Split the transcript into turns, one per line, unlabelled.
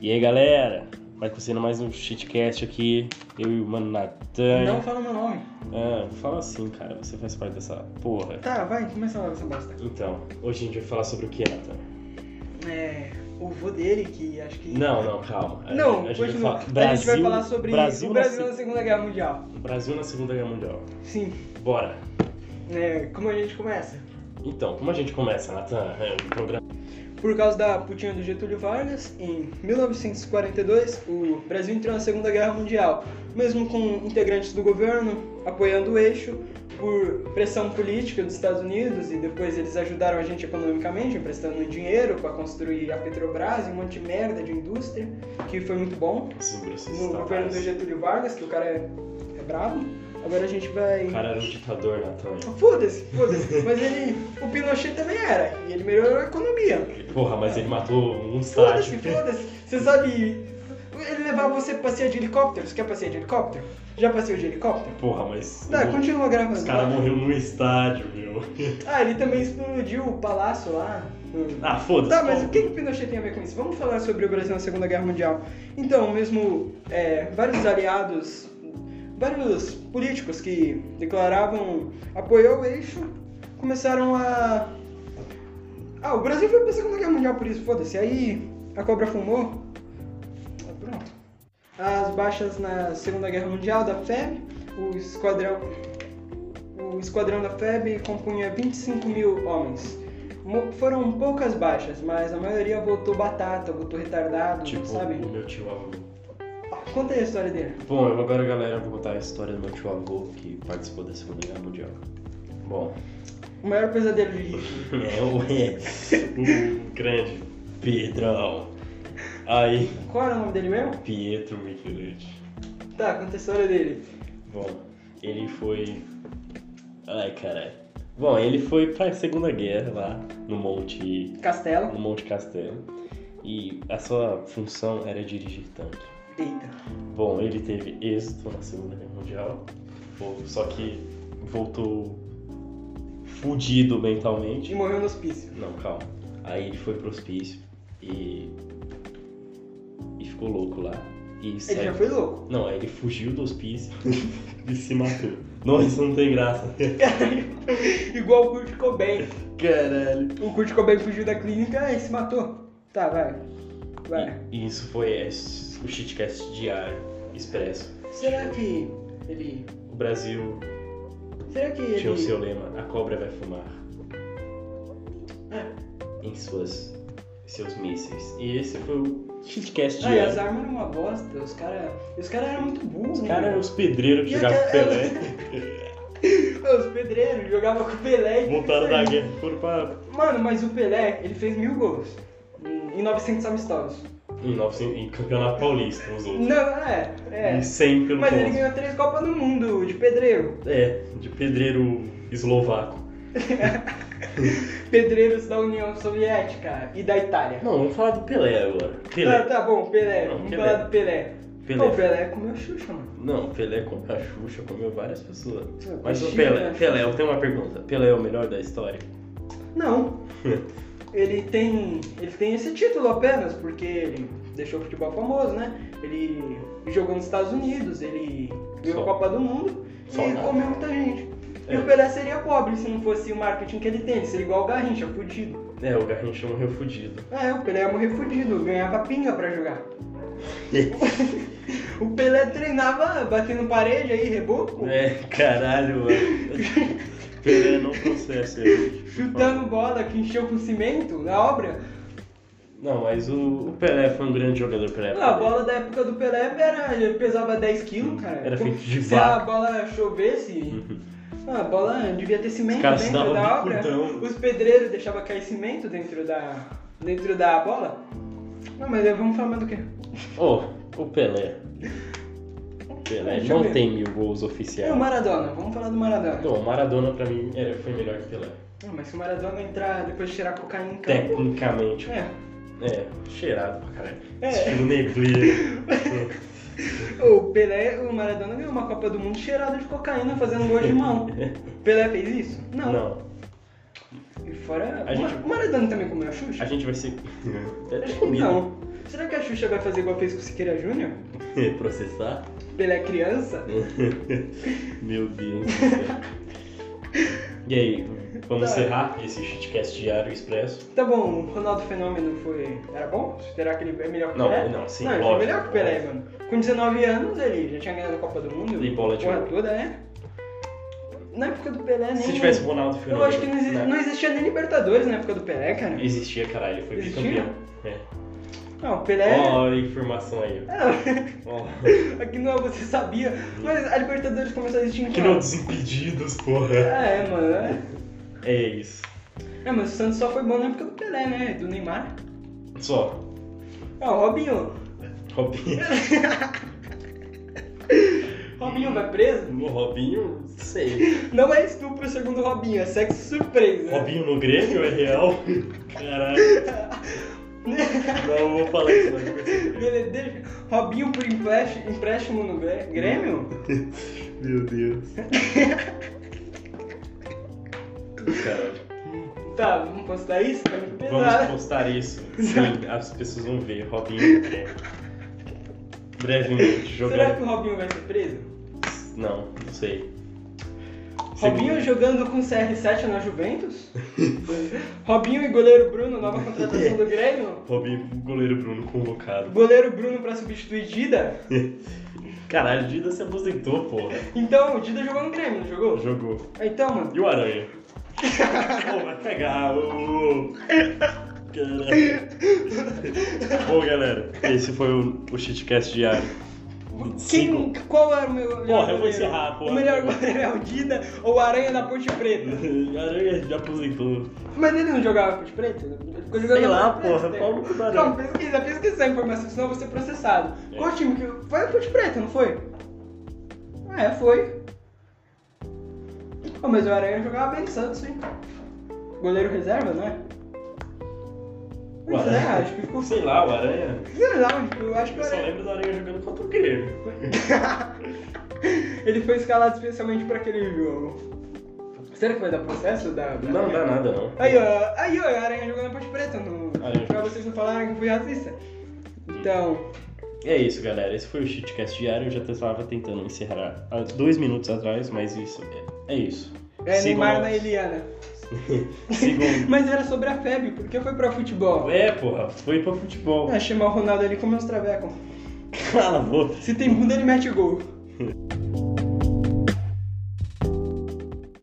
E aí galera, vai começando mais um shitcast aqui, eu e o Mano Natan.
Não fala meu nome.
Ah, fala assim, cara, você faz parte dessa porra.
Tá, vai, começa logo essa bosta.
Então, hoje a gente vai falar sobre o que, Natan?
É. O vô dele, que acho que.
Não, não, calma. A
Não,
gente- a gente vai falar-
continua. a gente vai
Brasil-
falar sobre
Brasil
o
na
Brasil
se-
na Segunda Guerra Mundial.
Brasil na Segunda Guerra Mundial.
Sim.
Bora.
É, como a gente começa?
Então, como a gente começa, Natan? É, o programa...
Por causa da putinha do Getúlio Vargas, em 1942, o Brasil entrou na Segunda Guerra Mundial, mesmo com integrantes do governo apoiando o eixo por pressão política dos Estados Unidos e depois eles ajudaram a gente economicamente, emprestando dinheiro para construir a Petrobras e um monte de merda de indústria, que foi muito bom.
Esses braços
No governo do
estatais.
Getúlio Vargas, que o cara é, é brabo. Agora a gente
O
vai...
cara era um ditador, Natan.
Foda-se, foda-se. Mas ele... O Pinochet também era. E ele melhorou a economia.
Porra, mas ele matou um
Foda-se,
estádio.
foda-se. Você sabe. Ele levava você pra passear de helicóptero? Você quer passear de helicóptero? Já passeou de helicóptero?
Porra, mas...
Tá, continua gravando.
Os caras morreram num estádio, meu.
Ah, ele também explodiu o palácio lá.
Ah, foda-se.
Tá, mas o que, que o Pinochet tem a ver com isso? Vamos falar sobre o Brasil na Segunda Guerra Mundial. Então, mesmo é, vários aliados, vários políticos que declaravam apoio ao eixo, começaram a. Ah, o Brasil foi pra Segunda Guerra Mundial por isso, foda-se. Aí a cobra fumou. Ah, Pronto. As baixas na Segunda Guerra Mundial da FEB, o esquadrão. O esquadrão da FEB compunha 25 mil homens. Mo- Foram poucas baixas, mas a maioria voltou batata, voltou retardado,
Tipo,
sabe?
o meu tio avô.
Conta aí a história dele.
Bom, eu agora, galera, eu vou contar a história do meu tio avô que participou da Segunda Guerra Mundial. Bom,
O maior pesadelo de Hitler.
é o, é, o grande Pedrão. Aí,
Qual era o nome dele mesmo?
Pietro Micheletti.
Tá, conta a história dele.
Bom, ele foi. Ai, caralho. Bom, ele foi pra Segunda Guerra lá, no Monte
Castelo.
no Monte Castelo. E a sua função era dirigir tanque.
Eita.
Bom, ele teve êxito na Segunda Guerra Mundial, pô, só que voltou fudido
E
mentalmente.
morreu no hospício.
Não, calma. Aí ele foi pro hospício e. e ficou louco lá. E
Ele já
saiu.
foi louco.
Não, aí ele fugiu do hospício e se matou. Não, isso não tem graça.
Igual o Kurt Cobain.
Caralho.
O Kurt Cobain fugiu da clínica e se matou. Tá, vai. Vai.
E, e isso foi é, o shitcast diário, expresso.
Será que ele...
O Brasil
Será que
tinha o
ele...
seu lema, a cobra vai fumar Ah, em suas seus mísseis. E esse foi o shitcast
Ah, e
diário.
as armas eram uma bosta. Os caras... Os caras eram muito burros.
Os caras
né?
eram os pedreiros que
E
jogavam
aquela-
Pelé,
Os pedreiros jogavam com o Pelé. e
voltaram
isso aí.
da guerra e foram pra
Mano, mas o Pelé, ele fez mil gols. Em 900 amistosos.
em 900 em Campeonato Paulista, os outros.
Não, é, é.
E 100 pelo
Mas ele
ponto.
ganhou três Copas do Mundo de pedreiro.
É, de pedreiro eslovaco.
Pedreiros da União Soviética e da Itália.
Não, vamos falar do Pelé agora. Pelé.
Tá, tá bom, Pelé.
Não,
Vamos
Pelé.
falar do Pelé.
Pelé.
Pô, o Pelé comeu Xuxa, mano.
Não, Pelé comeu a Xuxa, comeu várias pessoas.
Eu
Mas o
achei,
Pelé,
né?
Pelé, eu tenho uma pergunta. Pelé é o melhor da história?
Não. ele tem. Ele tem esse título apenas, porque ele deixou o futebol famoso, né? Ele jogou nos Estados Unidos, ele ganhou a
Só.
Copa do Mundo
Só
e
nada.
comeu muita gente. E
É.
o Pelé seria pobre se não fosse o marketing que ele tem, ele seria igual o Garrincha, fudido.
É, o Garrincha morreu fudido.
É, o Pelé ia morrer fudido, ganhava pinga pra jogar. o Pelé treinava batendo parede aí, reboco,
É, caralho, mano. Pelé não processa ele. Ah.
chutando bola que encheu com cimento na obra.
Não, mas o, o Pelé foi um grande jogador pra época.
Ah, a
dele.
bola da época do Pelé era, pesava 10 quilos, cara.
Uhum. Era feito de
Se
vaca.
a bola chovesse, ah, a bola devia ter cimento
Os caras se
dentro
davam
da
de
obra.
cordão.
Os pedreiros deixavam cair cimento dentro da, dentro da bola. Não, mas é, vamos falar mais do quê?
Oh, o Pelé. O Pelé
Deixa eu
não
ver.
tem mil gols
E o
oficiais.
Maradona? Vamos falar do Maradona.
Então, o Maradona pra mim era, foi melhor que Pelé.
Ah, mas se o Maradona entrar depois de tirar cocaína em campo...
Tecnicamente.
É.
É, cheirado pra caralho.
É.
Estilo neblina.
O Pelé, o Maradona ganhou uma Copa do Mundo cheirado de cocaína fazendo gol de mão. Pelé fez isso? Não.
Não,
E fora...
A gente-
O Maradona também comeu a Xuxa?
a gente vai ser... É comida.
Não. Então, Será que a Xuxa vai fazer igual fez com o Siqueira Júnior?
Processar?
Ele é criança?
Meu Deus do céu. E aí, vamos
Tá.
encerrar esse shitcast diário expresso?
Tá bom, o Ronaldo Fenômeno foi. Era bom? Será que ele é melhor que o
Não,
Pelé?
não, sim,
não, ele
lógico,
foi melhor que o Pelé, mano. Com 19 anos ele já tinha ganhado a Copa do Mundo.
E bola tipo, de
porra
ouro.
toda, né? Na época do Pelé nem.
Se tivesse né? Ronaldo
Eu
Fenômeno.
acho que não, exi- não existia nem Libertadores na época do Pelé, cara.
Existia, caralho, ele foi
Existia?
bicampeão. É.
Não, o Pelé.
Ó, a informação
É,
aí. ó. Ó.
Aqui não é você sabia, mas a Libertadores começou a existir em
Que não desimpedidos, porra.
É, mano. É.
É isso.
É, mas o Santos só foi bom na época do Pelé, né? Do Neymar.
Só.
Ah, o Robinho.
Robinho.
Robinho vai preso?
No Robinho, sei.
Não é estupro segundo Robinho, é sexo surpresa.
Robinho no Grêmio é real? Caralho. Não, vou falar isso não. depois.
Ele deixa- Robinho por emprés- empréstimo no Gré- Grêmio?
Meu Deus. Caralho.
Tá, vamos postar isso? Tá muito
Vamos
pesado.
postar isso. Sim, as pessoas vão ver. Robinho no Grêmio. Brevemente,
Será
jogando.
que o Robinho vai ser preso?
Não, não sei.
Robinho jogando com CR7 na Juventus? Robinho e goleiro Bruno, nova contratação do Grêmio?
Robinho, goleiro Bruno convocado.
Goleiro Bruno pra substituir Dida?
Caralho, o Dida se aposentou, porra.
Então, o Dida jogou no Grêmio, não jogou?
Jogou.
Ah, Então, mano.
E o Aranha? Pô, vai pegar o. Caralho. Bom, galera, esse foi o, o shitcast diário.
Quem,
Cinco.
qual era o meu melhor
Porra, eu vou
goleiro?
encerrar, porra.
O melhor goleiro é o Dida ou o Aranha da Ponte Preta?
O Aranha já aposentou.
Mas ele não jogava Ponte Preta? Ele ficou jogando
Sei
na
lá,
Ponte Preta,
porra, é?
né?
pau no cu do
Não,
Aranha.
pesquisa, pesquisa a informação, senão eu vou ser processado.
É.
Qual time que. Foi a Ponte Preta, não foi? É, foi. Pô, mas o Aranha jogava bem no Santos, hein? Goleiro reserva, não é? Pois é,
Aranha.
acho que ficou.
Sei lá, o Aranha. Tipo,
Sei lá, eu acho que o
Eu só
Aranha.
lembro do Aranha jogando contra o Grêmio.
Ele foi escalado especialmente pra aquele jogo. Será que vai dar processo? Da, da
Não dá nada, não.
Aí, ó, aí, ó, a Aranha jogou na Ponte Preta. No...
Aranha.
Pra vocês não falarem que eu fui racista. Então,
É isso, galera. Esse foi o shitcast diário. Eu já estava tentando encerrar há dois minutos atrás, mas isso. É, é isso.
é
Sigam
Neymar
nós.
na Eliana.
Sigam.
Mas era sobre a febre, porque foi pra futebol.
É, porra, foi pra futebol.
É, chamar o Ronaldo ali como um traveco.
Cala a boca.
Se tem bunda, ele mete gol.